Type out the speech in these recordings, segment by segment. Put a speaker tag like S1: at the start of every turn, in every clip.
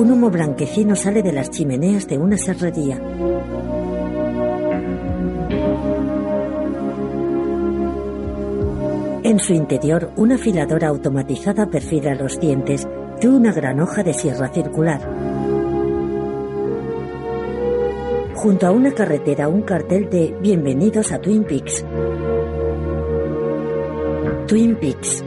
S1: Un humo blanquecino sale de las chimeneas de una serrería. En su interior, una afiladora automatizada perfila los dientes de una gran hoja de sierra circular. Junto a una carretera, un cartel de Bienvenidos a Twin Peaks. Twin Peaks.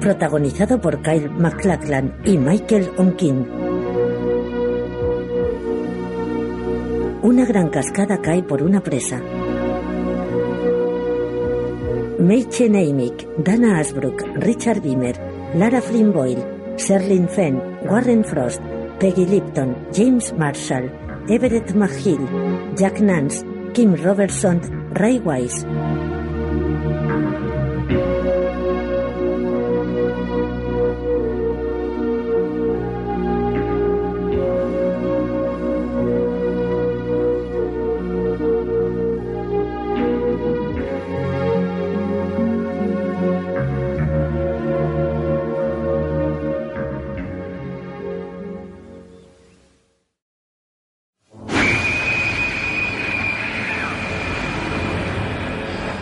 S1: Protagonizado por Kyle MacLachlan y Michael Onkin. Una gran cascada cae por una presa. Meiche Neimick, Dana Asbrook, Richard Beamer, Lara Flynn Boyle, Sherlyn Fenn, Warren Frost, Peggy Lipton, James Marshall, Everett McGill, Jack Nance, Kim Robertson, Ray Wise.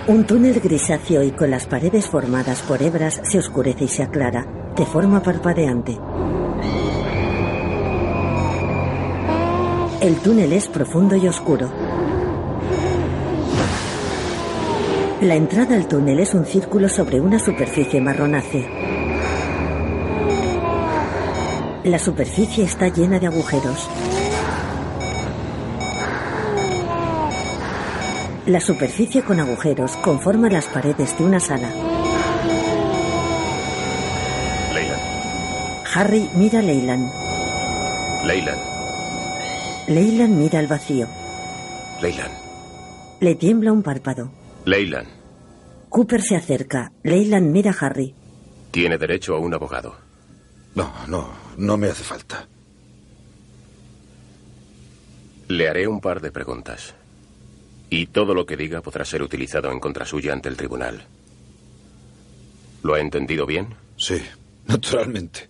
S1: Un túnel grisáceo y con las paredes formadas por hebras se oscurece y se aclara, de forma parpadeante. El túnel es profundo y oscuro. La entrada al túnel es un círculo sobre una superficie marronácea. La superficie está llena de agujeros. La superficie con agujeros conforma las paredes de una sala.
S2: Leyland.
S1: Harry mira a Leyland.
S2: Leyland.
S1: Leyland mira al vacío.
S2: Leyland.
S1: Le tiembla un párpado.
S2: Leyland.
S1: Cooper se acerca. Leyland mira a Harry.
S2: Tiene derecho a un abogado.
S3: No, no, no me hace falta.
S2: Le haré un par de preguntas. Y todo lo que diga podrá ser utilizado en contra suya ante el tribunal. ¿Lo ha entendido bien?
S3: Sí, naturalmente.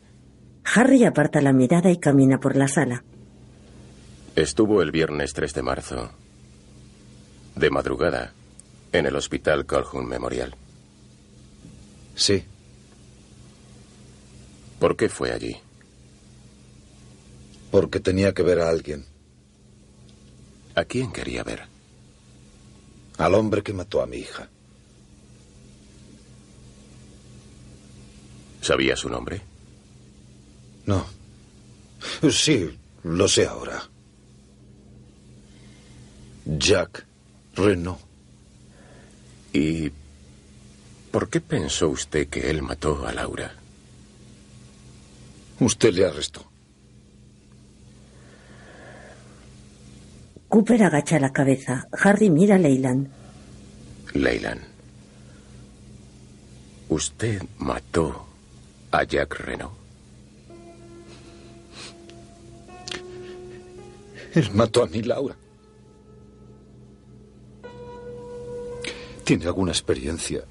S1: Harry aparta la mirada y camina por la sala.
S2: Estuvo el viernes 3 de marzo, de madrugada, en el hospital Colhoun Memorial.
S3: Sí,
S2: ¿Por qué fue allí?
S3: porque tenía que ver a alguien.
S2: ¿A quién quería ver?
S3: Al hombre que mató a mi hija.
S2: ¿Sabía su nombre?
S3: No. Pues Sí, lo sé ahora. Jack Renault.
S2: ¿Y por qué pensó usted que él mató a Laura?
S3: Usted le arrestó.
S1: Cooper agacha la cabeza. Harry mira a Leyland.
S2: Leyland, ¿usted mató a Jack Renault?
S3: Él mató a mi Laura. ¿Tiene alguna experiencia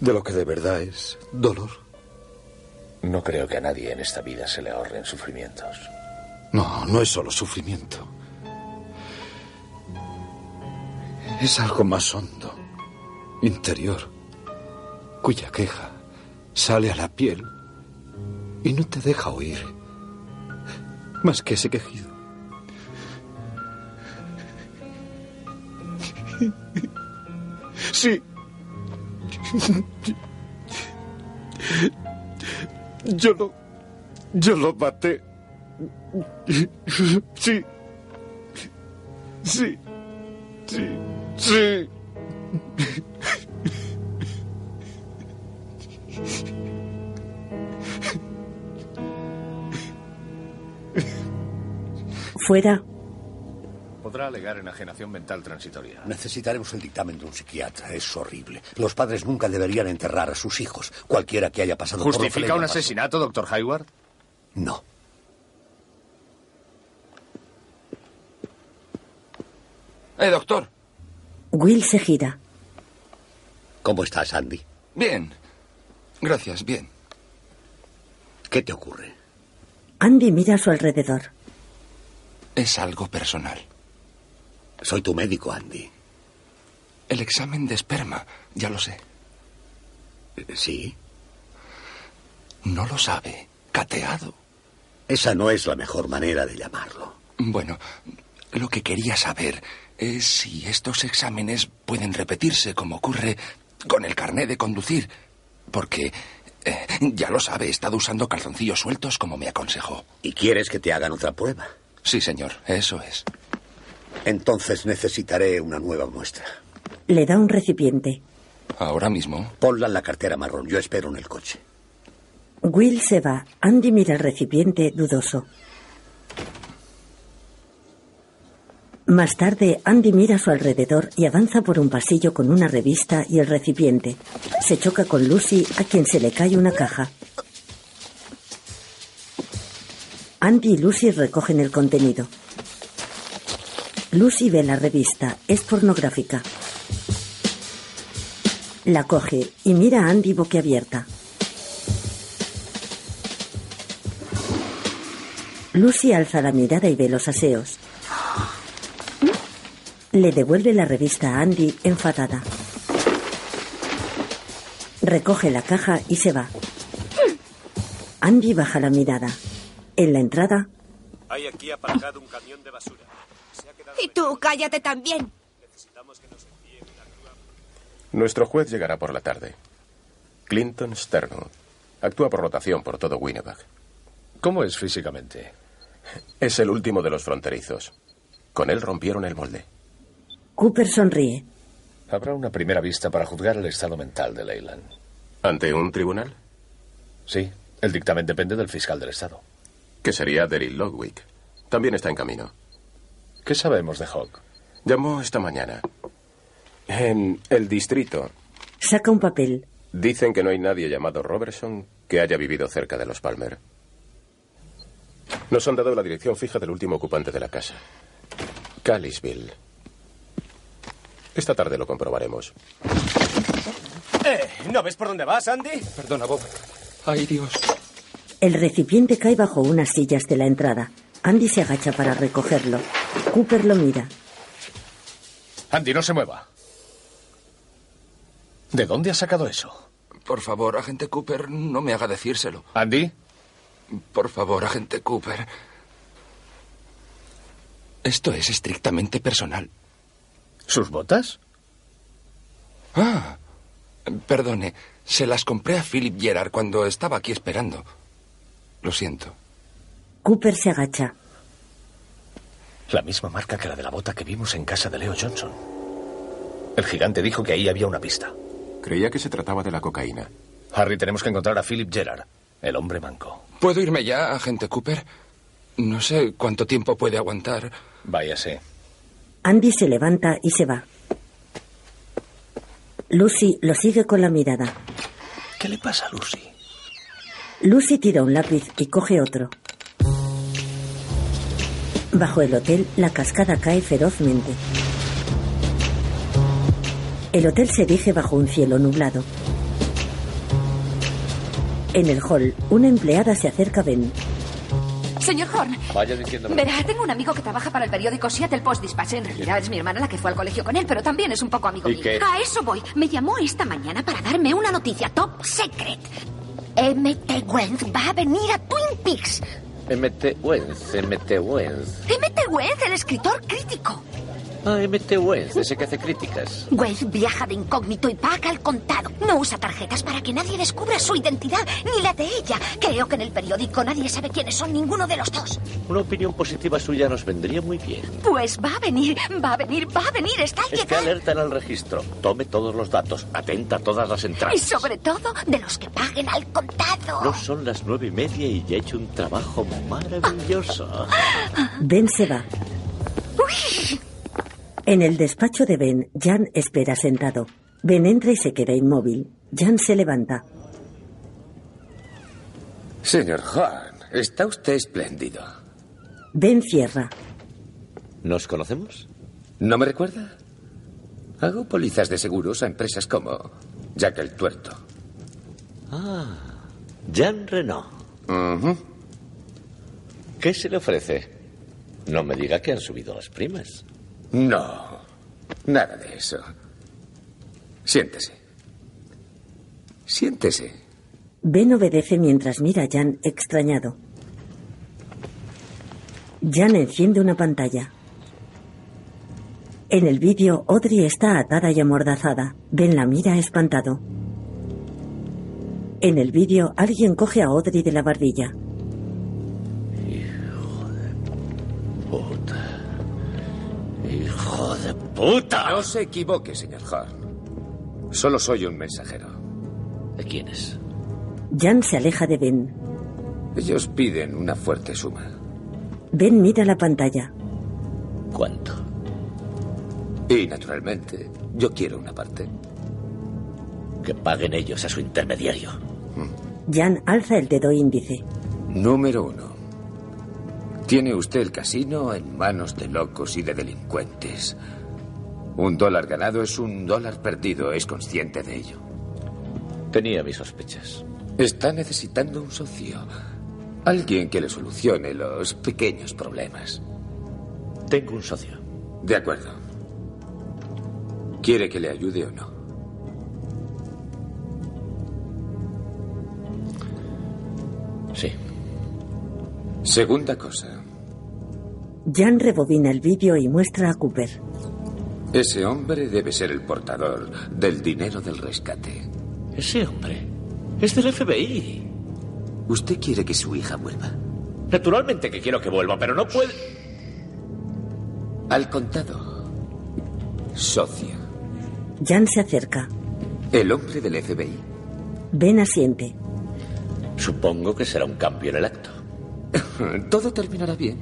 S3: de lo que de verdad es dolor?
S4: No creo que a nadie en esta vida se le ahorren sufrimientos.
S3: No, no es solo sufrimiento. Es algo más hondo, interior, cuya queja sale a la piel y no te deja oír más que ese quejido. Sí. Yo lo... Yo lo maté. Sí. Sí. Sí. Sí.
S1: Fuera,
S4: Podrá alegar enajenación mental transitoria.
S5: Necesitaremos el dictamen de un psiquiatra. Es horrible. Los padres nunca deberían enterrar a sus hijos, cualquiera que haya pasado por lo que le
S4: ¿Justifica un
S5: haya pasado.
S4: asesinato, doctor Hayward?
S5: No.
S6: Eh, doctor.
S1: Will se gira.
S7: ¿Cómo estás, Andy?
S6: Bien. Gracias, bien.
S7: ¿Qué te ocurre?
S1: Andy mira a su alrededor.
S6: Es algo personal.
S7: Soy tu médico, Andy.
S6: El examen de esperma, ya lo sé.
S7: ¿Sí?
S6: No lo sabe. Cateado.
S7: Esa no es la mejor manera de llamarlo.
S6: Bueno, lo que quería saber es Eh, si estos exámenes pueden repetirse como ocurre con el carné de conducir. Porque, eh, ya lo sabe, he estado usando calzoncillos sueltos como me aconsejó.
S7: ¿Y quieres que te hagan otra prueba?
S6: Sí, señor, eso es.
S7: Entonces necesitaré una nueva muestra.
S1: Le da un recipiente.
S6: Ahora mismo.
S7: Ponla en la cartera marrón. Yo espero en el coche.
S1: Will se va. Andy mira el recipiente dudoso. Más tarde, Andy mira a su alrededor y avanza por un pasillo con una revista y el recipiente. Se choca con Lucy, a quien se le cae una caja. Andy y Lucy recogen el contenido. Lucy ve la revista, es pornográfica. La coge y mira a Andy boquiabierta. Lucy alza la mirada y ve los aseos. Le devuelve la revista a Andy enfadada. Recoge la caja y se va. Andy baja la mirada. En la entrada,
S8: Hay aquí aparcado un camión de basura. Se ha quedado
S9: Y tú, cállate también.
S2: Nuestro juez llegará por la tarde. Clinton Sternwood. Actúa por rotación por todo Winnipeg.
S4: ¿Cómo es físicamente?
S2: Es el último de los fronterizos. Con él rompieron el molde.
S1: Cooper sonríe.
S4: Habrá una primera vista para juzgar el estado mental de Leyland.
S2: ¿Ante un tribunal?
S4: Sí, el dictamen depende del fiscal del estado.
S2: Que sería Daryl Logwick. También está en camino.
S4: ¿Qué sabemos de Hawk?
S2: Llamó esta mañana. En el distrito
S1: Saca un papel.
S2: dicen que no hay nadie llamado Robertson que haya vivido cerca de los Palmer. Nos han dado la dirección fija del último ocupante de la casa. Callisville. Esta tarde lo comprobaremos.
S8: Eh, ¿No ves por dónde vas, Andy?
S6: Perdona, Bob. Ay, Dios.
S1: El recipiente cae bajo unas sillas de la entrada. Andy se agacha para recogerlo. Cooper lo mira.
S4: Andy, no se mueva. ¿De dónde has sacado eso?
S6: Por favor, agente Cooper, no me haga decírselo.
S4: Andy,
S6: Por favor, agente Cooper. Esto es estrictamente personal.
S4: ¿sus botas?
S6: Ah, perdone, se las compré a Philip Gerard cuando estaba aquí esperando. Lo siento.
S1: Cooper se agacha.
S4: La misma marca que la de la bota que vimos en casa de Leo Johnson. El gigante dijo que ahí había una pista.
S2: Creía que se trataba de la cocaína.
S4: Harry, tenemos que encontrar a Philip Gerard, el hombre manco.
S6: ¿Puedo irme ya, agente Cooper? No sé cuánto tiempo puede aguantar.
S4: Váyase.
S1: Andy se levanta y se va. Lucy lo sigue con la mirada.
S4: ¿Qué le pasa a Lucy?
S1: Lucy tira un lápiz y coge otro. Bajo el hotel, la cascada cae ferozmente. El hotel se erige bajo un cielo nublado. En el hall, una empleada se acerca a Ben.
S10: Señor Horn,
S4: Vaya diciéndome.
S10: verá, tengo un amigo que trabaja para el periódico Seattle Post Dispatch. En realidad es mi hermana la que fue al colegio con él, pero también es un poco amigo
S4: ¿Y
S10: mío.
S4: qué?
S10: A eso voy. Me llamó esta mañana para darme una noticia top secret. M.T. Wenz va a venir a Twin Peaks.
S11: MT Wenz, MT Wenz.
S10: M.T. Wenz, el escritor crítico.
S11: Ah, MT Wenz, ese que hace críticas.
S10: Wells viaja de incógnito y paga al contado. No usa tarjetas para que nadie descubra su identidad ni la de ella. Creo que en el periódico nadie sabe quiénes son ninguno de los dos.
S11: Una opinión positiva suya nos vendría muy bien.
S10: Pues va a venir, va a venir, va a venir, está al
S11: Esté
S10: llegar.
S11: alerta en el registro. Tome todos los datos. Atenta a todas las
S10: Y
S11: entradas.
S10: sobre todo de los que paguen al contado.
S11: No son las nueve y media y ya he hecho un trabajo maravilloso.
S1: Ben se va. En el despacho de Ben, Jan espera sentado. Ben entra y se queda inmóvil. Jan se levanta.
S12: Señor Horn, está usted espléndido.
S1: Ben cierra.
S11: ¿Nos conocemos?
S13: ¿No me recuerda? Hago pólizas de seguros a empresas como Jack el Tuerto.
S6: Ah, Jean Renault. ¿Qué se le ofrece? No me diga que han subido las primas.
S13: No, nada de eso. Siéntese. Siéntese.
S1: Ben obedece mientras mira a Jan extrañado. Jan enciende una pantalla. En el vídeo, Audrey está atada y amordazada. Ben la mira espantado. En el vídeo, alguien coge a Audrey de la barbilla.
S6: ¡Hijo de puta!
S13: No se equivoque, señor Horn. Solo soy un mensajero.
S6: ¿De quién es?
S1: Jan se aleja de Ben.
S13: Ellos piden una fuerte suma.
S1: Ben mira la pantalla.
S6: ¿Cuánto?
S13: Y, naturalmente, yo quiero una parte.
S6: Que paguen ellos a su intermediario.
S1: Jan alza el dedo índice.
S13: Número uno. Tiene usted el casino en manos de locos y de delincuentes. Un dólar ganado es un dólar perdido, es consciente de ello.
S6: Tenía mis sospechas.
S13: Está necesitando un socio. Alguien que le solucione los pequeños problemas.
S6: Tengo un socio.
S13: De acuerdo. ¿Quiere que le ayude o no?
S6: Sí.
S13: Segunda cosa.
S1: Jan rebobina el vídeo y muestra a Cooper.
S13: Ese hombre debe ser el portador del dinero del rescate.
S6: Ese hombre es del FBI.
S13: ¿Usted quiere que su hija vuelva?
S6: Naturalmente que quiero que vuelva, pero no puede.
S13: Al contado. Socio.
S1: Jan se acerca.
S13: El hombre del FBI.
S1: Ben asiente.
S6: Supongo que será un cambio en el acto.
S13: Todo terminará bien.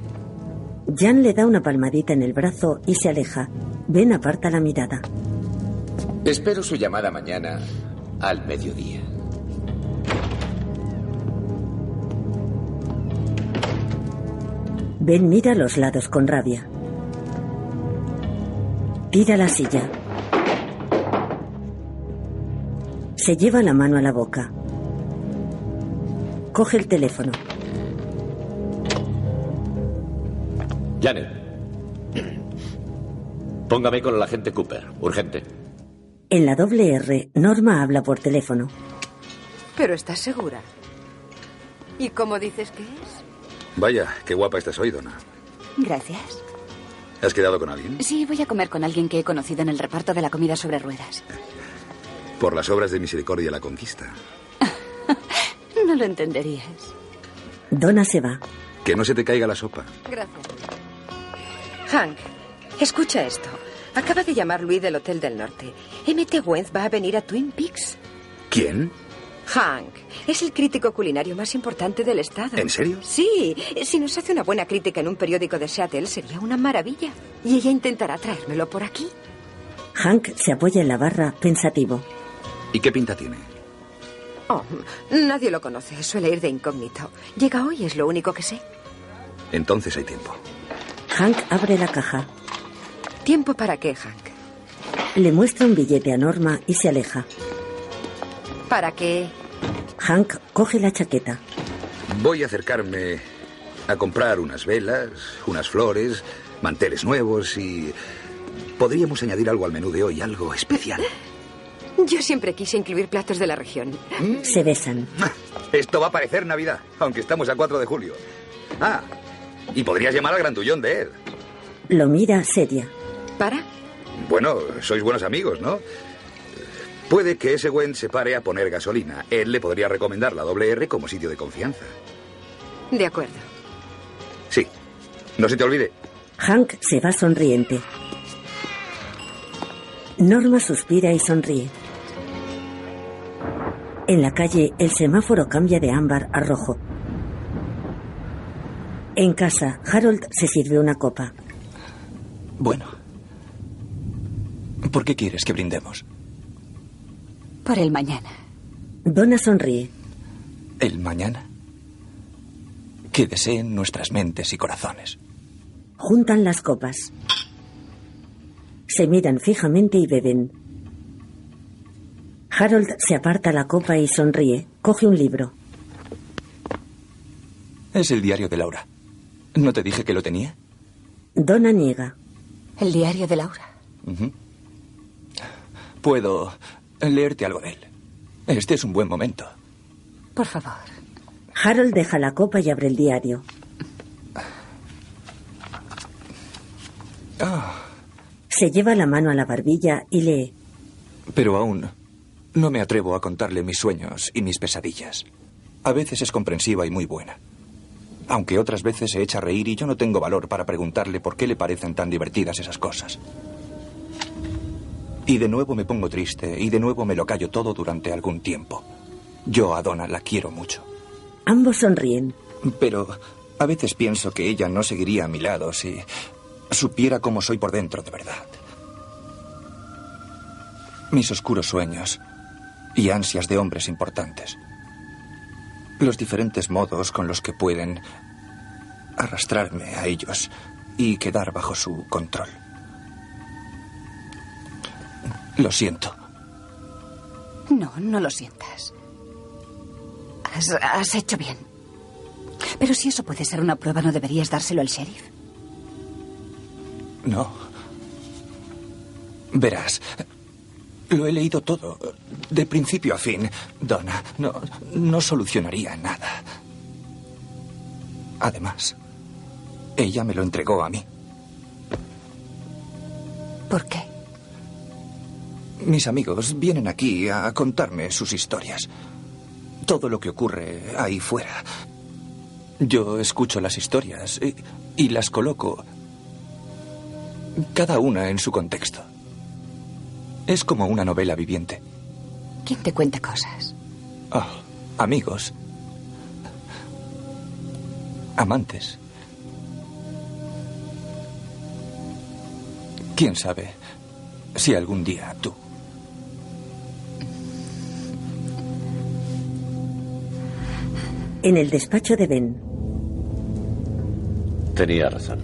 S1: Jan le da una palmadita en el brazo y se aleja. Ben aparta la mirada.
S13: Espero su llamada mañana al mediodía.
S1: Ben mira a los lados con rabia. Tira la silla. Se lleva la mano a la boca. Coge el teléfono.
S6: Janet. Póngame con el agente Cooper. Urgente.
S1: En la doble R, Norma habla por teléfono.
S14: Pero estás segura. ¿Y cómo dices que es?
S15: Vaya, qué guapa estás hoy, Donna.
S16: Gracias.
S15: ¿Has quedado con alguien?
S16: Sí, voy a comer con alguien que he conocido en el reparto de la comida sobre ruedas.
S15: Por las obras de misericordia la conquista.
S16: No lo entenderías.
S1: Donna se va.
S15: Que no se te caiga la sopa.
S14: Gracias. Hank, escucha esto. Acaba de llamar Luis del Hotel del Norte. M.T. Wenz va a venir a Twin Peaks.
S15: ¿Quién?
S14: Hank, es el crítico culinario más importante del estado.
S15: ¿En serio?
S14: Sí, si nos hace una buena crítica en un periódico de Seattle sería una maravilla. Y ella intentará traérmelo por aquí.
S1: Hank se apoya en la barra, pensativo.
S15: ¿Y qué pinta tiene?
S14: Oh, nadie lo conoce, suele ir de incógnito. Llega hoy, es lo único que sé.
S15: Entonces hay tiempo.
S1: Hank abre la caja.
S14: ¿Tiempo para qué, Hank?
S1: Le muestra un billete a Norma y se aleja.
S14: ¿Para qué?
S1: Hank coge la chaqueta.
S15: Voy a acercarme a comprar unas velas, unas flores, manteles nuevos y... Podríamos añadir algo al menú de hoy, algo especial.
S14: Yo siempre quise incluir platos de la región.
S1: Se besan.
S15: Ah, Esto va a parecer Navidad, aunque estamos a 4 de julio. Ah, y podrías llamar al grandullón de Ed.
S1: Lo mira seria.
S14: ¿Para?
S15: Bueno, sois buenos amigos, ¿no? Puede que ese Gwen se pare a poner gasolina. Él le podría recomendar la doble R como sitio de confianza.
S14: De acuerdo.
S15: Sí. No se te olvide.
S1: Hank se va sonriente. Norma suspira y sonríe. En la calle, el semáforo cambia de ámbar a rojo. En casa, Harold se sirve una copa.
S17: Bueno. ¿Por qué quieres que brindemos?
S16: Por el mañana.
S1: Donna sonríe.
S17: El mañana. Que deseen nuestras mentes y corazones.
S1: Juntan las copas. se miran fijamente y beben. Harold se aparta la copa y sonríe. Coge un libro.
S17: Es el diario de Laura. ¿No te dije que lo tenía?
S1: Donna niega.
S16: El diario de Laura.
S17: Ujú. Puedo leerte algo de él. Este es un buen momento.
S16: Por favor.
S1: Harold deja la copa y abre el diario. Se lleva la mano a la barbilla y lee.
S17: Pero aún no me atrevo a contarle mis sueños y mis pesadillas. A veces es comprensiva y muy buena. Aunque otras veces se echa a reír y yo no tengo valor para preguntarle por qué le parecen tan divertidas esas cosas. Y de nuevo me pongo triste y de nuevo me lo callo todo durante algún tiempo. Yo a Donna la quiero mucho.
S1: Ambos sonríen.
S17: Pero a veces pienso que ella no seguiría a mi lado si supiera cómo soy por dentro de verdad. Mis oscuros sueños y ansias de hombres importantes. Los diferentes modos con los que pueden arrastrarme a ellos y quedar bajo su control. Lo siento.
S16: No, no lo sientas. Has, has hecho bien. Pero si eso puede ser una prueba, ¿no deberías dárselo al sheriff?
S17: No. Verás, lo he leído todo, de principio a fin. Donna, no, no solucionaría nada. Además, ella me lo entregó a mí.
S16: ¿Por qué?
S17: Mis amigos vienen aquí a contarme sus historias. Todo lo que ocurre ahí fuera. Yo escucho las historias y, y las coloco cada una en su contexto. Es como una novela viviente.
S16: ¿Quién te cuenta cosas?
S17: Ah, amigos. Amantes. ¿Quién sabe si algún día tú...
S1: En el despacho de Ben,
S6: Tenía razón.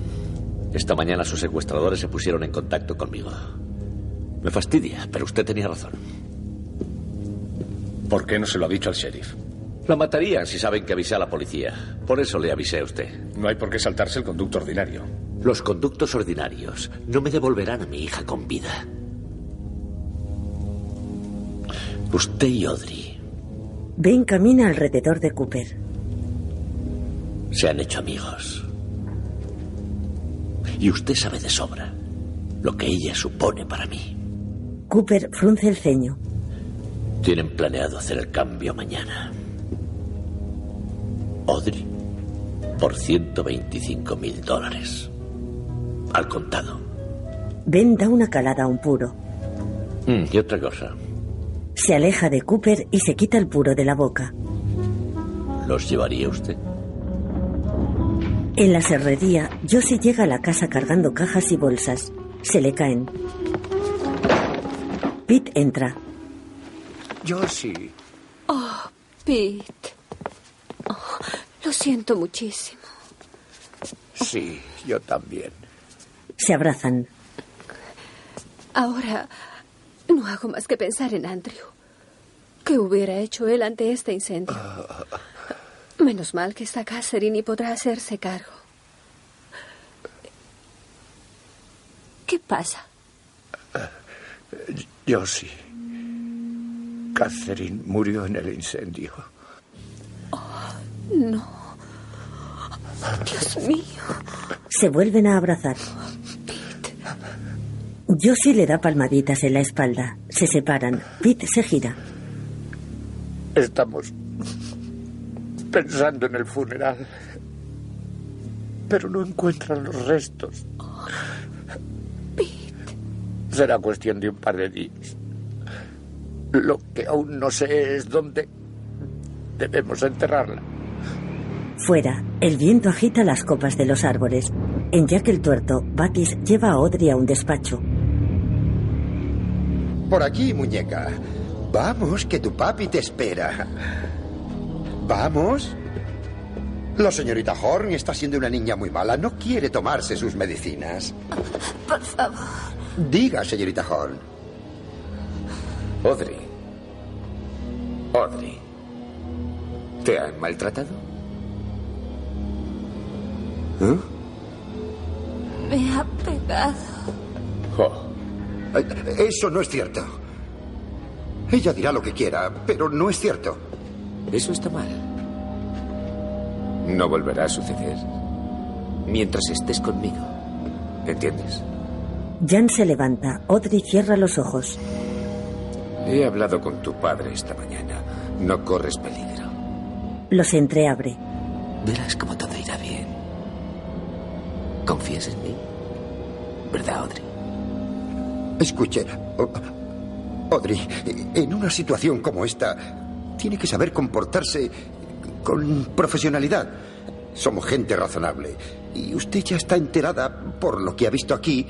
S6: Esta mañana sus secuestradores se pusieron en contacto conmigo. Me fastidia, pero usted tenía razón. ¿Por qué no se lo ha dicho al sheriff? La matarían si saben que avisé a la policía. Por eso le avisé a usted. No hay por qué saltarse el conducto ordinario. Los conductos ordinarios no me devolverán a mi hija con vida. Usted y Audrey
S1: Ben camina alrededor de Cooper.
S6: se han hecho amigos. Y usted sabe de sobra lo que ella supone para mí.
S1: Cooper frunce el ceño.
S6: Tienen planeado hacer el cambio mañana. Audrey, por 125 mil dólares. Al contado.
S1: Ben da una calada a un puro.
S6: Mm, y otra cosa,
S1: Se aleja de Cooper y se quita el puro de la boca.
S6: ¿los llevaría usted?
S1: En la serrería, Josie llega a la casa cargando cajas y bolsas. Se le caen. Pete entra.
S18: Yo sí.
S19: Oh, Pete. Oh, lo siento muchísimo.
S18: Sí, yo también.
S1: Se abrazan.
S19: Ahora no hago más que pensar en Andrew. ¿Qué hubiera hecho él ante este incendio? Menos mal que está Catherine y podrá hacerse cargo. ¿Qué pasa?
S18: Yo sí. Catherine murió en el incendio.
S19: No. Dios mío.
S1: Se vuelven a abrazar. Josie le da palmaditas en la espalda. Se separan. Pete se gira.
S18: Estamos pensando en el funeral. Pero no encuentran los restos. Será cuestión de un par de días. Lo que aún no sé es dónde debemos enterrarla.
S1: Fuera, el viento agita las copas de los árboles. En Jack el Tuerto, Batis lleva a Audrey a un despacho.
S20: Por aquí, muñeca. Vamos, que tu papi te espera. Vamos. La señorita Horn está siendo una niña muy mala. No quiere tomarse sus medicinas.
S9: Por favor.
S20: Diga, señorita Hall.
S13: Audrey. Audrey. ¿Te han maltratado? ¿Eh?
S21: Me ha pegado.
S20: Eh, Eso no es cierto. Ella dirá lo que quiera, pero no es cierto.
S13: Eso está mal. No volverá a suceder mientras estés conmigo. ¿Entiendes?
S1: Jan se levanta. Audrey cierra los ojos.
S13: He hablado con tu padre esta mañana. No corres peligro.
S1: Los entreabre.
S13: Verás cómo todo irá bien. ¿Confías en mí? ¿Verdad, Audrey?
S20: Escuche, o- Audrey, en una situación como esta, tiene que saber comportarse con profesionalidad. Somos gente razonable. Y usted ya está enterada, por lo que ha visto aquí,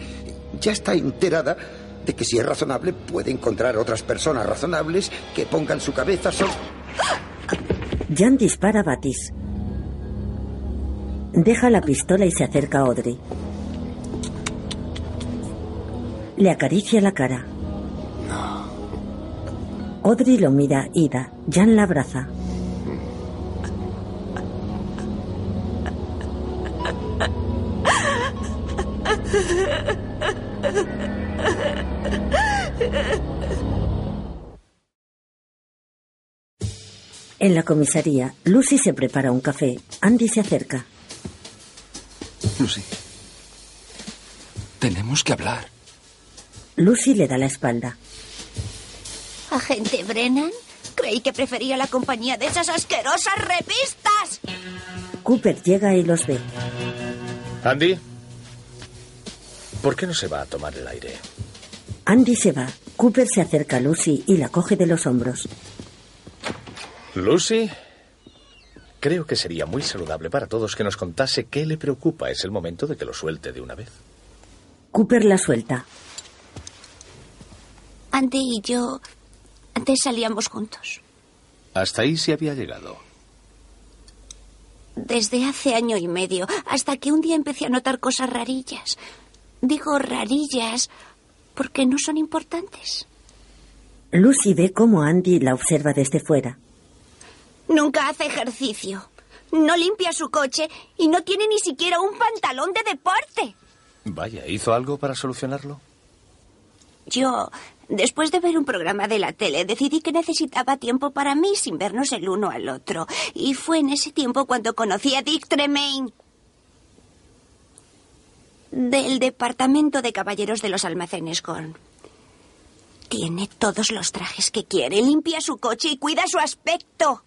S20: ya está enterada de que si es razonable puede encontrar otras personas razonables que pongan su cabeza sobre...
S1: Jan dispara a Batis. Deja la pistola y se acerca a Audrey. Le acaricia la cara. Audrey lo mira, ida. Jan la abraza. En la comisaría, Lucy se prepara un café. Andy se acerca.
S22: Lucy. Tenemos que hablar.
S1: Lucy le da la espalda.
S9: ¿Agente Brennan? Creí que prefería la compañía de esas asquerosas revistas.
S1: Cooper llega y los ve.
S4: Andy, ¿por qué no se va a tomar el aire?
S1: Andy se va. Cooper se acerca a Lucy y la coge de los hombros.
S4: Lucy, creo que sería muy saludable para todos que nos contase qué le preocupa. Es el momento de que lo suelte de una vez.
S1: Cooper la suelta.
S9: Andy y yo antes salíamos juntos.
S4: Hasta ahí se había llegado.
S9: Desde hace año y medio, hasta que un día empecé a notar cosas rarillas. Digo rarillas porque no son importantes.
S1: Lucy ve cómo Andy la observa desde fuera.
S9: Nunca hace ejercicio. No limpia su coche y no tiene ni siquiera un pantalón de deporte.
S4: Vaya, ¿hizo algo para solucionarlo?
S9: Yo, después de ver un programa de la tele, decidí que necesitaba tiempo para mí sin vernos el uno al otro. Y fue en ese tiempo cuando conocí a Dick Tremaine. Del Departamento de Caballeros de los Almacenes Gorn. Tiene todos los trajes que quiere, limpia su coche y cuida su aspecto.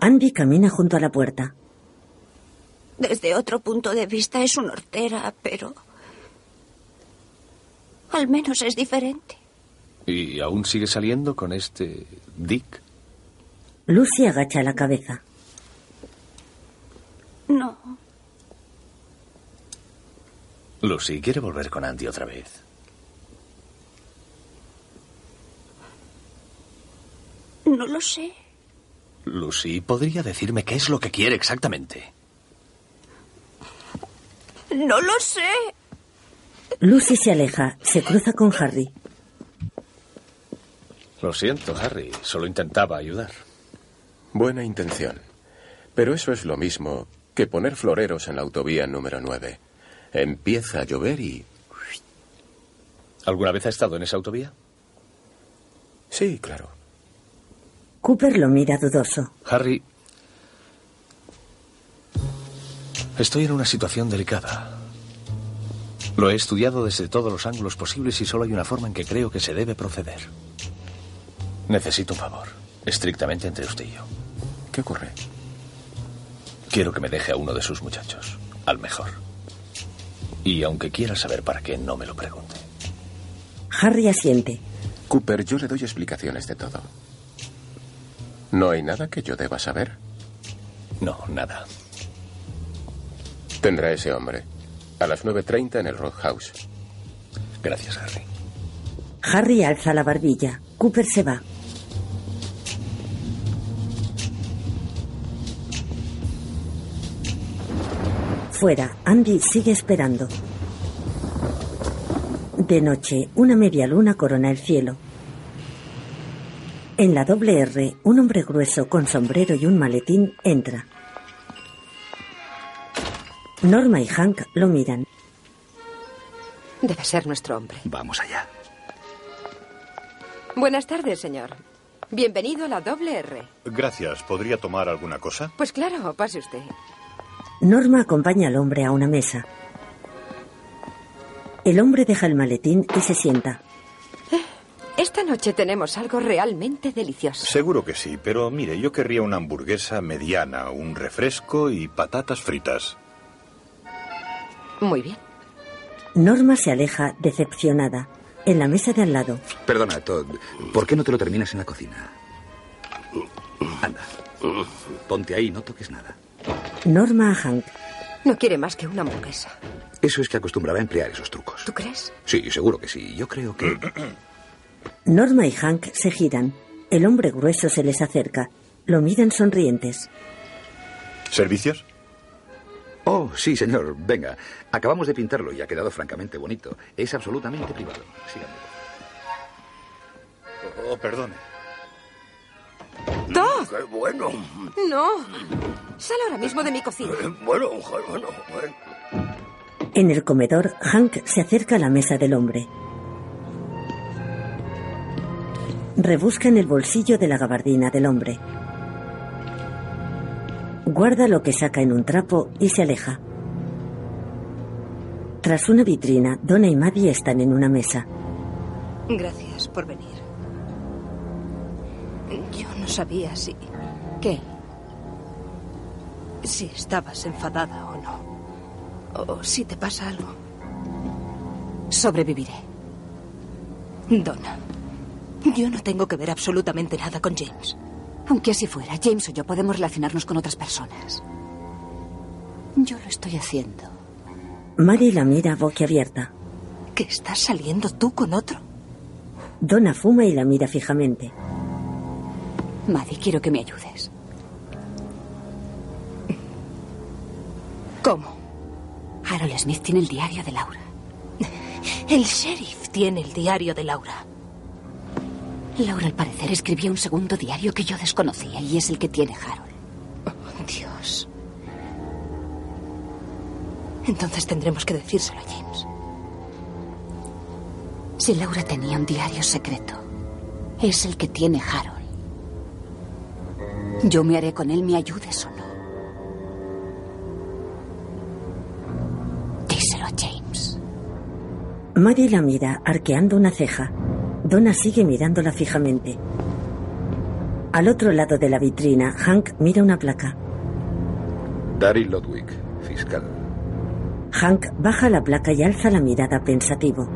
S1: Andy camina junto a la puerta.
S9: Desde otro punto de vista es una hortera, pero... Al menos es diferente.
S4: ¿Y aún sigue saliendo con este Dick?
S1: Lucy agacha la cabeza.
S9: No.
S4: Lucy, ¿quiere volver con Andy otra vez?
S9: No lo sé.
S4: Lucy, ¿podría decirme qué es lo que quiere exactamente?
S9: No lo sé.
S1: Lucy se aleja, se cruza con Harry.
S4: Lo siento, Harry. Solo intentaba ayudar.
S2: Buena intención. Pero eso es lo mismo que poner floreros en la autovía número 9. Empieza a llover y...
S4: ¿Alguna vez ha estado en esa autovía?
S2: Sí, claro.
S1: Cooper lo mira dudoso.
S4: Harry, estoy en una situación delicada. Lo he estudiado desde todos los ángulos posibles y solo hay una forma en que creo que se debe proceder. Necesito un favor, estrictamente entre usted y yo.
S2: ¿Qué ocurre?
S4: Quiero que me deje a uno de sus muchachos, al mejor. Y aunque quiera saber para qué, no me lo pregunte.
S1: Harry asiente.
S2: Cooper, yo le doy explicaciones de todo. ¿No hay nada que yo deba saber?
S4: No, nada.
S2: Tendrá ese hombre. A las 9.30 en el Rock House.
S4: Gracias, Harry.
S1: Harry alza la barbilla. Cooper se va. Fuera, Andy sigue esperando. De noche, una media luna corona el cielo. En la doble R, un hombre grueso con sombrero y un maletín entra. Norma y Hank lo miran.
S14: Debe ser nuestro hombre.
S5: Vamos allá.
S14: Buenas tardes, señor. Bienvenido a la doble R.
S23: Gracias. ¿Podría tomar alguna cosa?
S14: Pues claro, pase usted.
S1: Norma acompaña al hombre a una mesa. El hombre deja el maletín y se sienta.
S14: Esta noche tenemos algo realmente delicioso.
S23: Seguro que sí, pero mire, yo querría una hamburguesa mediana, un refresco y patatas fritas.
S14: Muy bien.
S1: Norma se aleja, decepcionada. En la mesa de al lado,
S15: Perdona, Todd. ¿Por qué no te lo terminas en la cocina? Anda. Ponte ahí, no toques nada.
S1: Norma a Hank.
S14: No quiere más que una hamburguesa.
S15: Eso es que acostumbraba a emplear esos trucos.
S14: ¿Tú crees?
S15: Sí, seguro que sí. Yo creo que.
S1: Norma y Hank se giran. El hombre grueso se les acerca. Lo miran sonrientes.
S23: ¿Servicios?
S15: Oh, sí, señor. Venga. Acabamos de pintarlo y ha quedado francamente bonito. Es absolutamente privado. Síganme.
S23: Oh, perdone.
S14: ¡Todd!
S5: ¡Qué bueno!
S14: No. Sal ahora mismo de mi cocina.
S5: Bueno, bueno, bueno.
S1: En el comedor, Hank se acerca a la mesa del hombre. Rebusca en el bolsillo de la gabardina del hombre. Guarda lo que saca en un trapo y se aleja. Tras una vitrina, Donna y Maddie están en una mesa.
S21: Gracias por venir. Yo no sabía si.
S14: ¿Qué?
S21: si estabas enfadada o no. O si te pasa algo.
S16: Sobreviviré.
S21: Donna, yo no tengo que ver absolutamente nada con James.
S16: Aunque así fuera, James o yo podemos relacionarnos con otras personas. Yo lo estoy haciendo.
S1: Mary la mira boquiabierta.
S21: ¿Que estás saliendo tú con otro?
S1: Donna fuma y la mira fijamente.
S16: Maddie, quiero que me ayudes.
S21: ¿Cómo?
S16: Harold Smith tiene el diario de Laura.
S21: El sheriff tiene el diario de Laura.
S16: Laura, al parecer, escribió un segundo diario que yo desconocía y es el que tiene Harold.
S21: Oh, Dios. Entonces tendremos que decírselo a James.
S16: Si Laura tenía un diario secreto, es el que tiene Harold. Yo me haré con él, me ayudes o no. Díselo a James.
S1: Mary la mira, arqueando una ceja. Donna sigue mirándola fijamente. Al otro lado de la vitrina, Hank mira una placa.
S15: Daryl Ludwig, fiscal.
S1: Hank baja la placa y alza la mirada pensativo.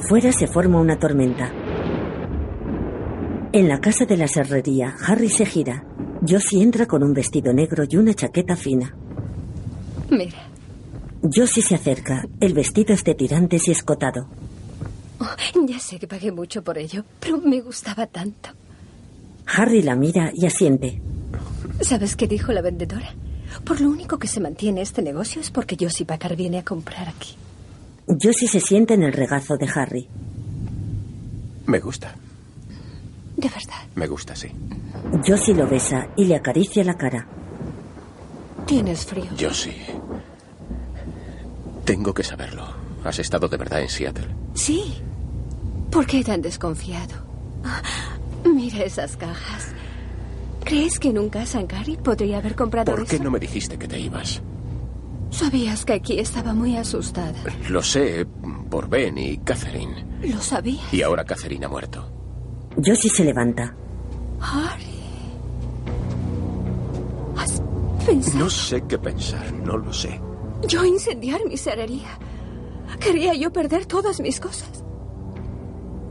S1: Fuera se forma una tormenta. En la casa de la serrería, Harry se gira. Josie entra con un vestido negro y una chaqueta fina.
S19: Mira,
S1: Josie se acerca. El vestido es de tirantes y escotado.
S19: oh, ya sé que pagué mucho por ello, pero me gustaba tanto.
S1: Harry la mira y asiente.
S19: ¿Sabes qué dijo la vendedora? Por lo único que se mantiene este negocio es porque Josie Packard viene a comprar aquí.
S1: Josie se sienta en el regazo de Harry.
S6: Me gusta,
S21: De verdad.
S6: me gusta, sí.
S1: Josie lo besa y le acaricia la cara.
S21: Tienes frío.
S6: Yo sí. Tengo que saberlo. Has estado de verdad en Seattle.
S19: Sí. ¿Por qué tan desconfiado? Ah, Mira esas cajas. ¿Crees que nunca Sankari podría haber comprado
S6: ¿Por qué
S19: eso?
S6: no me dijiste que te ibas?
S19: Sabías que aquí estaba muy asustada.
S6: Lo sé por Ben y Catherine.
S19: Lo sabía.
S6: Y ahora Catherine ha muerto.
S1: Josie se levanta.
S19: Harry. ¿Has pensado?
S6: No sé qué pensar, no lo sé.
S19: Yo incendiar mi cerería. Quería yo perder todas mis cosas.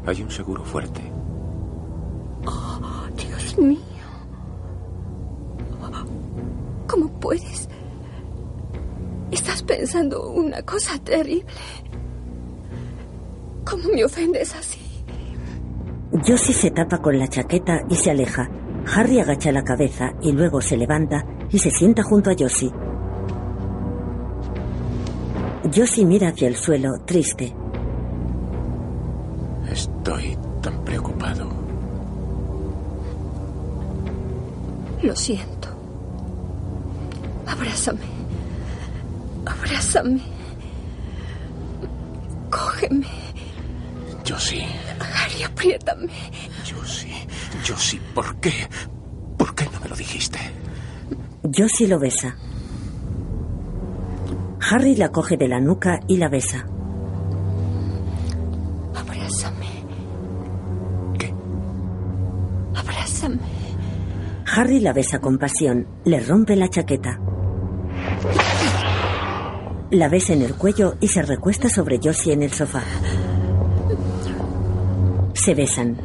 S6: Hay un seguro fuerte.
S19: Oh, Dios mío. ¿Cómo puedes? Estás pensando una cosa terrible. ¿Cómo me ofendes así?
S1: Josie se tapa con la chaqueta y se aleja. Harry agacha la cabeza y luego se levanta y se sienta junto a Josie. Josie mira hacia el suelo, triste.
S2: Estoy tan preocupado.
S3: Lo siento. Abrázame. Abrázame. Cógeme.
S2: Josie,
S3: Harry, apriétame.
S2: Josie, Josie, ¿por qué? ¿Por qué no me lo dijiste?
S1: Josie lo besa. Harry la coge de la nuca y la besa.
S3: Abrázame. ¿Qué? Abrázame.
S1: Harry la besa con pasión, le rompe la chaqueta. La besa en el cuello y se recuesta sobre Josie en el sofá. Se besan.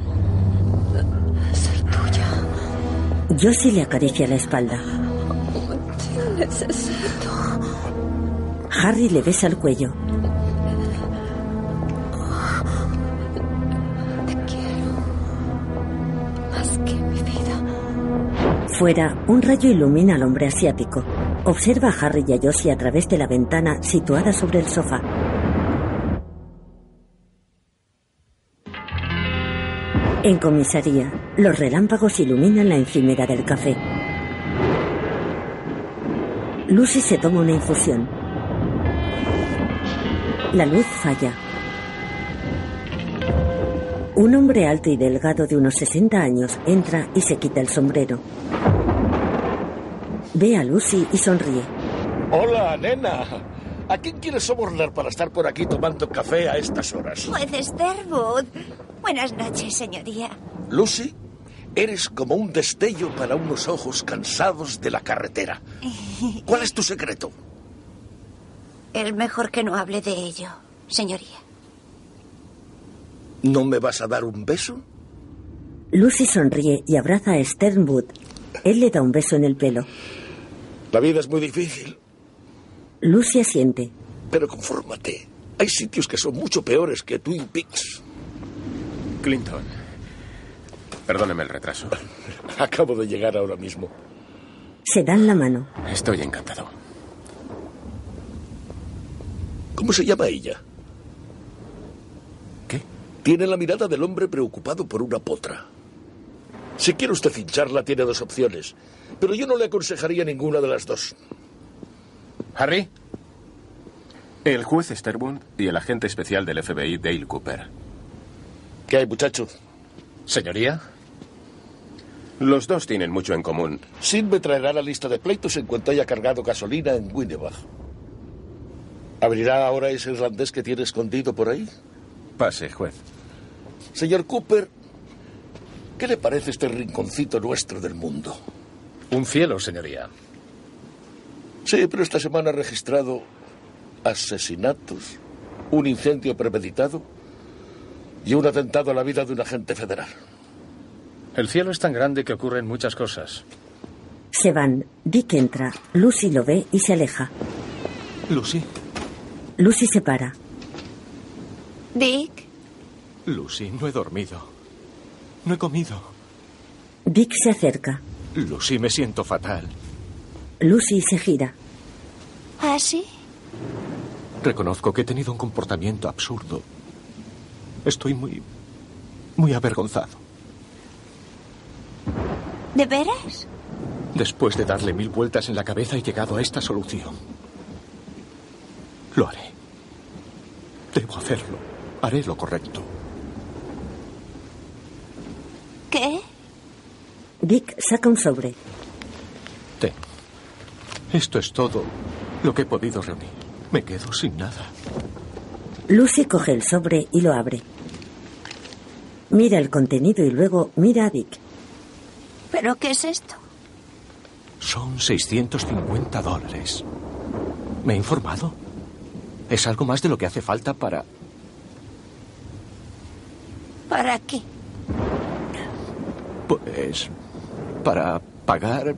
S3: Soy tuya.
S1: Josie le acaricia la espalda.
S3: Te necesito.
S1: Harry le besa el cuello.
S3: Más que mi vida.
S1: Fuera, un rayo ilumina al hombre asiático. Observa a Harry y a Josie a través de la ventana situada sobre el sofá. En comisaría, los relámpagos iluminan la encimera del café. Lucy se toma una infusión. La luz falla. Un hombre alto y delgado de unos 60 años entra y se quita el sombrero. Ve a Lucy y sonríe.
S24: Hola, nena. ¿A quién quieres sobornar para estar por aquí tomando café a estas horas?
S9: Juez Estherwood. Buenas noches, señoría.
S24: Lucy, eres como un destello para unos ojos cansados de la carretera. ¿Cuál es tu secreto?
S9: Es mejor que no hable de ello, señoría.
S24: ¿No me vas a dar un beso?
S1: Lucy sonríe y abraza a Sternwood. Él le da un beso en el pelo.
S24: La vida es muy difícil,
S1: Lucy asiente.
S24: pero confórmate. Hay sitios que son mucho peores que Twin Peaks.
S2: Clinton. Perdóneme el retraso.
S24: Acabo de llegar ahora mismo.
S1: Se dan la mano.
S2: Estoy encantado.
S24: ¿Cómo se llama ella?
S2: ¿Qué?
S24: Tiene la mirada del hombre preocupado por una potra. Si quiere usted hincharla, tiene dos opciones. Pero yo no le aconsejaría ninguna de las dos.
S2: Harry. El juez Sterwood y el agente especial del FBI, Dale Cooper.
S24: ¿Qué hay, muchacho?
S2: Señoría. Los dos tienen mucho en común.
S24: Sid me traerá la lista de pleitos en cuanto haya cargado gasolina en Winnebag. ¿Abrirá ahora ese irlandés que tiene escondido por ahí?
S2: Pase, juez.
S24: Señor Cooper, ¿qué le parece este rinconcito nuestro del mundo?
S4: Un cielo, señoría.
S24: Sí, pero esta semana ha registrado asesinatos, un incendio premeditado y un atentado a la vida de un agente federal.
S4: El cielo es tan grande que ocurren muchas cosas.
S1: Se van. Dick entra. Lucy lo ve y se aleja.
S4: Lucy.
S1: Lucy se para.
S9: Dick,
S4: Lucy, no he dormido. No he comido.
S1: Dick se acerca.
S4: Lucy, me siento fatal.
S1: Lucy se gira.
S9: ¿ah, sí?
S4: Reconozco que he tenido un comportamiento absurdo. Estoy muy... muy avergonzado.
S9: ¿De veras?
S4: Después de darle mil vueltas en la cabeza he llegado a esta solución. Lo haré. Debo hacerlo. Haré lo correcto.
S9: ¿Qué?
S1: Dick saca un sobre.
S4: Ten. Esto es todo lo que he podido reunir. Me quedo sin nada.
S1: Lucy coge el sobre y lo abre. Mira el contenido y luego mira a Dick.
S9: ¿Pero qué es esto?
S4: Son 650 dólares. ¿Me he informado? Es algo más de lo que hace falta para...
S9: ¿Para qué?
S4: Pues... Para pagar...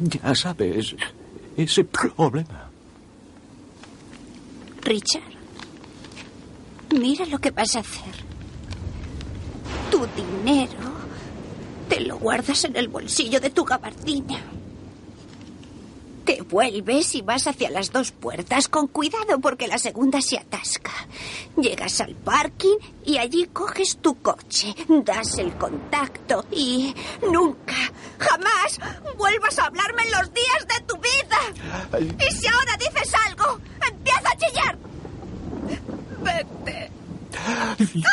S4: Ya sabes, ese problema.
S9: Richard, mira lo que vas a hacer. Tu dinero te lo guardas en el bolsillo de tu gabardina. ¡Qué vuelves y vas hacia las dos puertas con cuidado porque la segunda se atasca. Llegas al parking y allí coges tu coche, das el contacto y nunca, jamás vuelvas a hablarme en los días de tu vida. Y si ahora dices algo, empieza a chillar. Vete.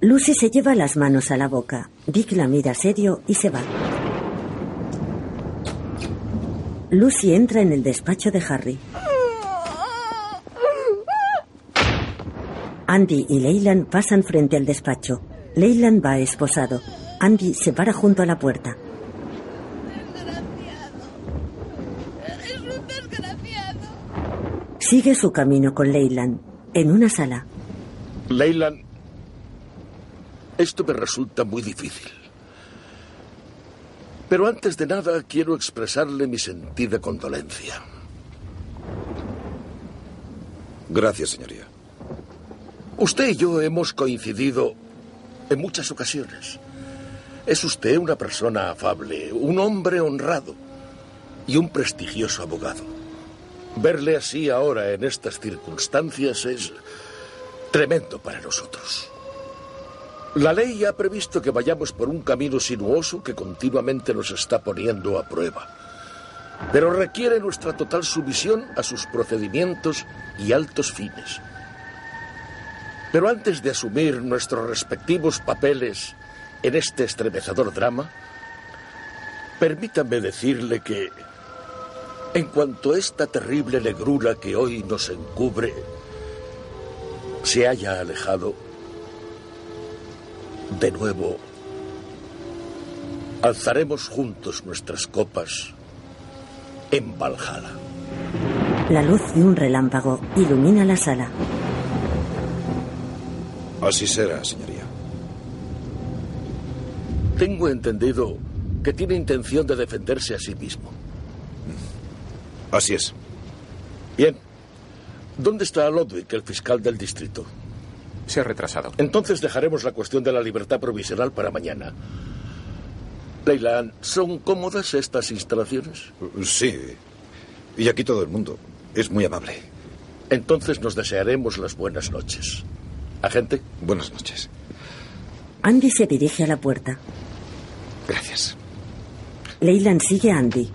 S1: Lucy se lleva las manos a la boca. Vic la mira serio y se va. Lucy entra en el despacho de Harry. Andy y Leyland pasan frente al despacho. Leyland va esposado. Andy se para junto a la puerta. Sigue su camino con Leyland. En una sala,
S24: Leyland, esto me resulta muy difícil. Pero antes de nada quiero expresarle mi sentida condolencia.
S3: Gracias, señoría.
S24: Usted y yo hemos coincidido en muchas ocasiones. Es usted una persona afable, un hombre honrado y un prestigioso abogado. Verle así ahora en estas circunstancias es tremendo para nosotros. La ley ha previsto que vayamos por un camino sinuoso que continuamente nos está poniendo a prueba, pero requiere nuestra total sumisión a sus procedimientos y altos fines. Pero antes de asumir nuestros respectivos papeles en este estremecedor drama, permítame decirle que, en cuanto a esta terrible negrura que hoy nos encubre se haya alejado, de nuevo alzaremos juntos nuestras copas en Valhalla.
S1: la luz de un relámpago ilumina la sala.
S3: Así será, señoría.
S24: Tengo entendido que tiene intención de defenderse a sí mismo.
S3: Así es.
S24: Bien. ¿Dónde está Ludwig, el fiscal del distrito?
S2: Se ha retrasado.
S24: Entonces dejaremos la cuestión de la libertad provisional para mañana. Leyland, ¿son cómodas estas instalaciones?
S3: Sí. Y aquí todo el mundo. Es muy amable.
S24: Entonces nos desearemos las buenas noches. Agente.
S3: Buenas noches.
S1: Andy se dirige a la puerta.
S3: Gracias.
S1: Leyland sigue a Andy.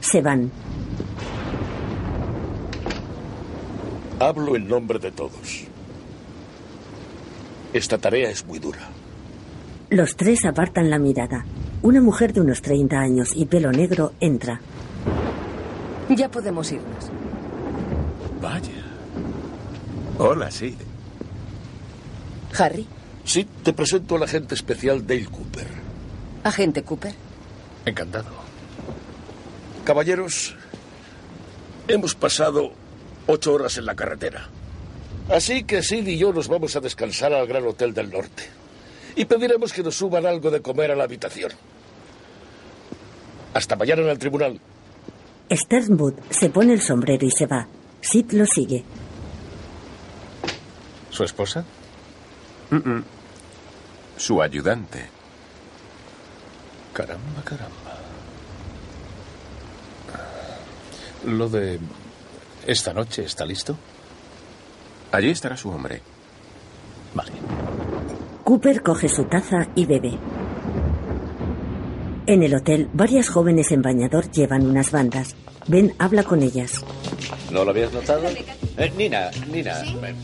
S1: Se van.
S24: Hablo en nombre de todos. Esta tarea es muy dura.
S1: Los tres apartan la mirada. Una mujer de unos 30 años y pelo negro entra.
S25: Ya podemos irnos.
S24: Vaya.
S23: Hola, sí.
S25: Harry,
S24: Sí, te presento al agente especial Dale Cooper.
S25: agente Cooper.
S24: Encantado. Caballeros, hemos pasado ocho horas en la carretera. Así que Sid y yo nos vamos a descansar al Gran Hotel del Norte. Y pediremos que nos suban algo de comer a la habitación. Hasta mañana en el tribunal.
S1: Sternwood se pone el sombrero y se va. Sid lo sigue.
S2: ¿Su esposa? Su ayudante.
S15: Ah,
S23: Caramba, caramba. Lo de... Esta noche, ¿está listo?
S2: Allí estará su hombre.
S1: Cooper coge su taza y bebe. En el hotel, varias jóvenes en bañador llevan unas bandas. Ben habla con ellas.
S6: ¿No lo habías notado? Eh, Nina, Nina. eh,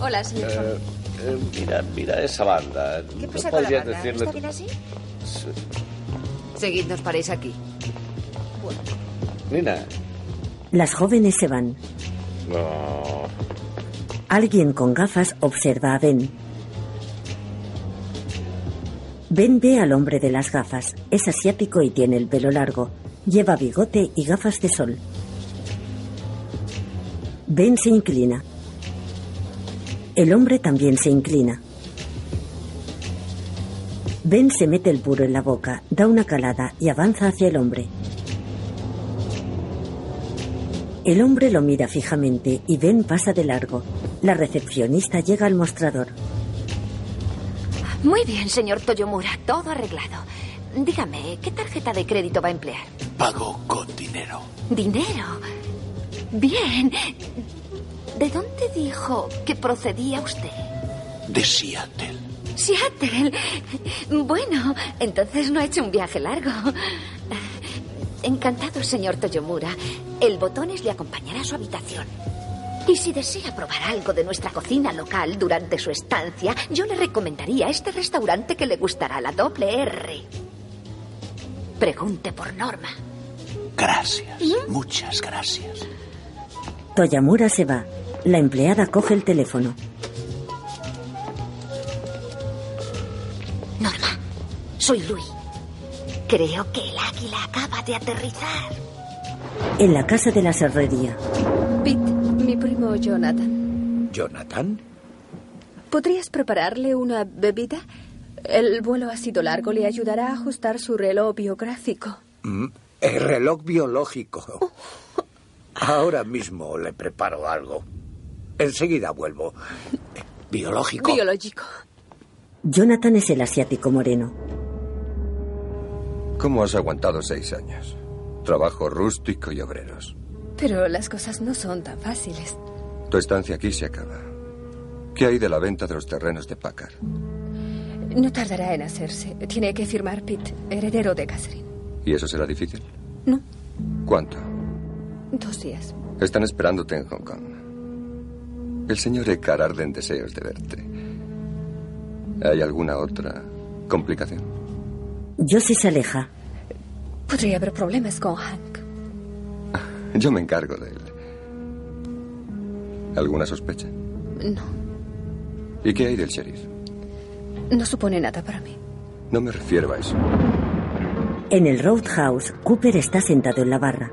S26: Hola, señor.
S6: eh, mira, mira esa banda.
S26: ¿Qué
S6: ¿No
S26: pasa con la
S6: podrías
S26: banda?
S6: decirle
S26: ¿Está
S6: tú-
S26: bien así?
S25: Seguid, nos paréis aquí.
S6: Nina.
S1: Las jóvenes se van.
S6: No.
S1: Alguien con gafas observa a Ben. Ben ve al hombre de las gafas. Es asiático y tiene el pelo largo. Lleva bigote y gafas de sol. Ben se inclina. El hombre también se inclina. Ben se mete el puro en la boca, da una calada y avanza hacia el hombre. El hombre lo mira fijamente y Ben pasa de largo. La recepcionista llega al mostrador.
S26: Muy bien, señor Toyomura, todo arreglado.
S10: dígame, ¿qué tarjeta de crédito va a emplear?
S24: Pago con dinero.
S10: Dinero. Bien. ¿De dónde dijo que procedía usted?
S24: De Seattle.
S10: Seattle. Bueno, entonces no ha hecho un viaje largo. Encantado, señor Toyomura. El botones le acompañará a su habitación. Y si desea probar algo de nuestra cocina local durante su estancia, yo le recomendaría este restaurante que le gustará, la doble R. Pregunte por Norma.
S24: Gracias. Muchas gracias.
S1: Toyamura se va. La empleada coge el teléfono.
S10: Norma, soy Luis. Creo que el águila acaba de aterrizar.
S1: En la casa de la serrería,
S19: Pete, mi primo Jonathan,
S5: ¿Jonathan?
S19: ¿podrías prepararle una bebida? El vuelo ha sido largo, le ayudará a ajustar su reloj biográfico.
S5: Mm, El reloj biológico. Ahora mismo le preparo algo. Enseguida vuelvo. Biológico.
S19: Biológico.
S1: Jonathan es el asiático moreno.
S17: ¿Cómo has aguantado seis años? Trabajo rústico y obreros.
S19: Pero las cosas no son tan fáciles.
S17: Tu estancia aquí se acaba. ¿Qué hay de la venta de los terrenos de Packard?
S19: No tardará en hacerse. Tiene que firmar Pete, heredero de Catherine.
S17: ¿Y eso será difícil?
S19: No.
S17: ¿Cuánto?
S19: Dos días.
S17: Están esperándote en Hong Kong. El señor Eckhart arde en deseos de verte. ¿Hay alguna otra complicación?
S1: Josie se aleja.
S19: Podría haber problemas con Hank.
S17: Yo me encargo de él. ¿Alguna sospecha?
S19: No,
S17: ¿Y qué hay del sheriff?
S19: no supone nada para mí.
S17: No me refiero a eso.
S1: En el Roadhouse, Cooper está sentado en la barra.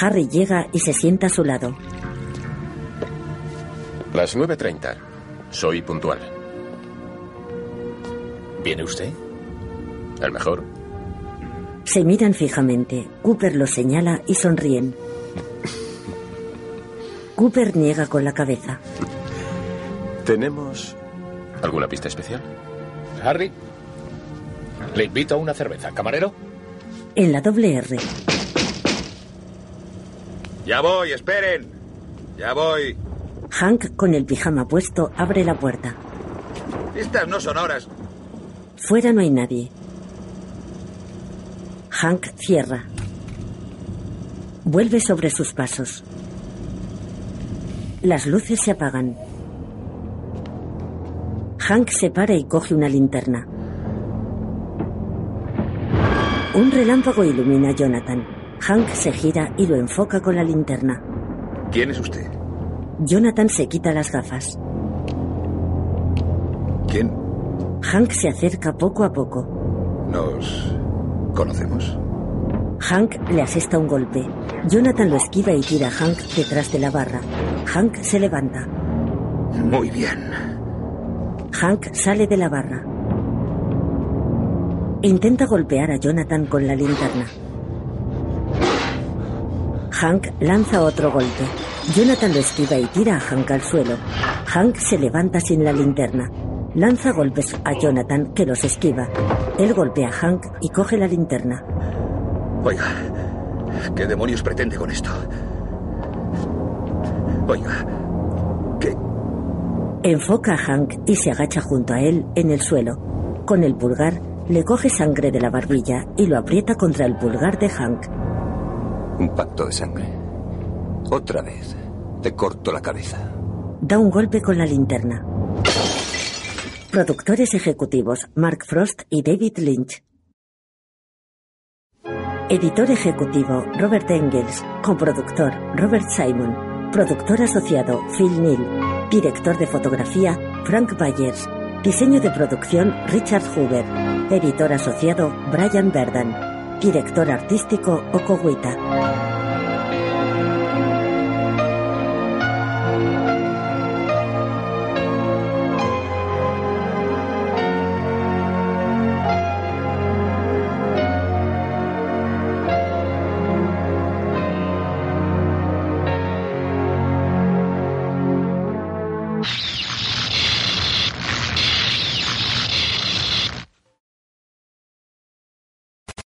S1: Harry llega y se sienta a su lado.
S2: Las 9.30. Soy puntual. ¿Viene usted? Al mejor.
S1: Se miran fijamente. Cooper lo señala y sonríen. Cooper niega con la cabeza.
S2: ¿Tenemos alguna pista especial?
S10: Harry, le invito a una cerveza. ¿Camarero?
S1: En la doble R,
S15: Ya voy, esperen. Ya voy.
S1: Hank, con el pijama puesto, abre la puerta.
S15: Estas no son horas.
S1: Fuera no hay nadie. Hank cierra. Vuelve sobre sus pasos. Las luces se apagan. Hank se para y coge una linterna. Un relámpago ilumina a Jonathan. Hank se gira y lo enfoca con la linterna.
S15: ¿Quién es usted?
S1: Jonathan se quita las gafas.
S15: ¿Quién?
S1: Hank se acerca poco a poco.
S15: Nos conocemos.
S1: Hank le asesta un golpe. Jonathan lo esquiva y tira a Hank detrás de la barra. Hank se levanta.
S15: Muy bien.
S1: Hank sale de la barra. Intenta golpear a Jonathan con la linterna. Hank lanza otro golpe. Jonathan lo esquiva y tira a Hank al suelo. Hank se levanta sin la linterna. Lanza golpes a Jonathan que los esquiva. Él golpea a Hank y coge la linterna.
S15: Oiga, ¿qué demonios pretende con esto? Oiga,
S1: Enfoca a Hank y se agacha junto a él en el suelo. Con el pulgar le coge sangre de la barbilla y lo aprieta contra el pulgar de Hank.
S17: Un pacto de sangre. Otra vez. Te corto la cabeza.
S1: Da un golpe con la linterna. Productores ejecutivos Mark Frost y David Lynch. Editor ejecutivo Robert Engels. Coproductor Robert Simon. Productor asociado Phil Neal. Director de fotografía Frank Byers. Diseño de producción Richard Hoover. Editor asociado Brian Verdan. Director artístico Oko Wita.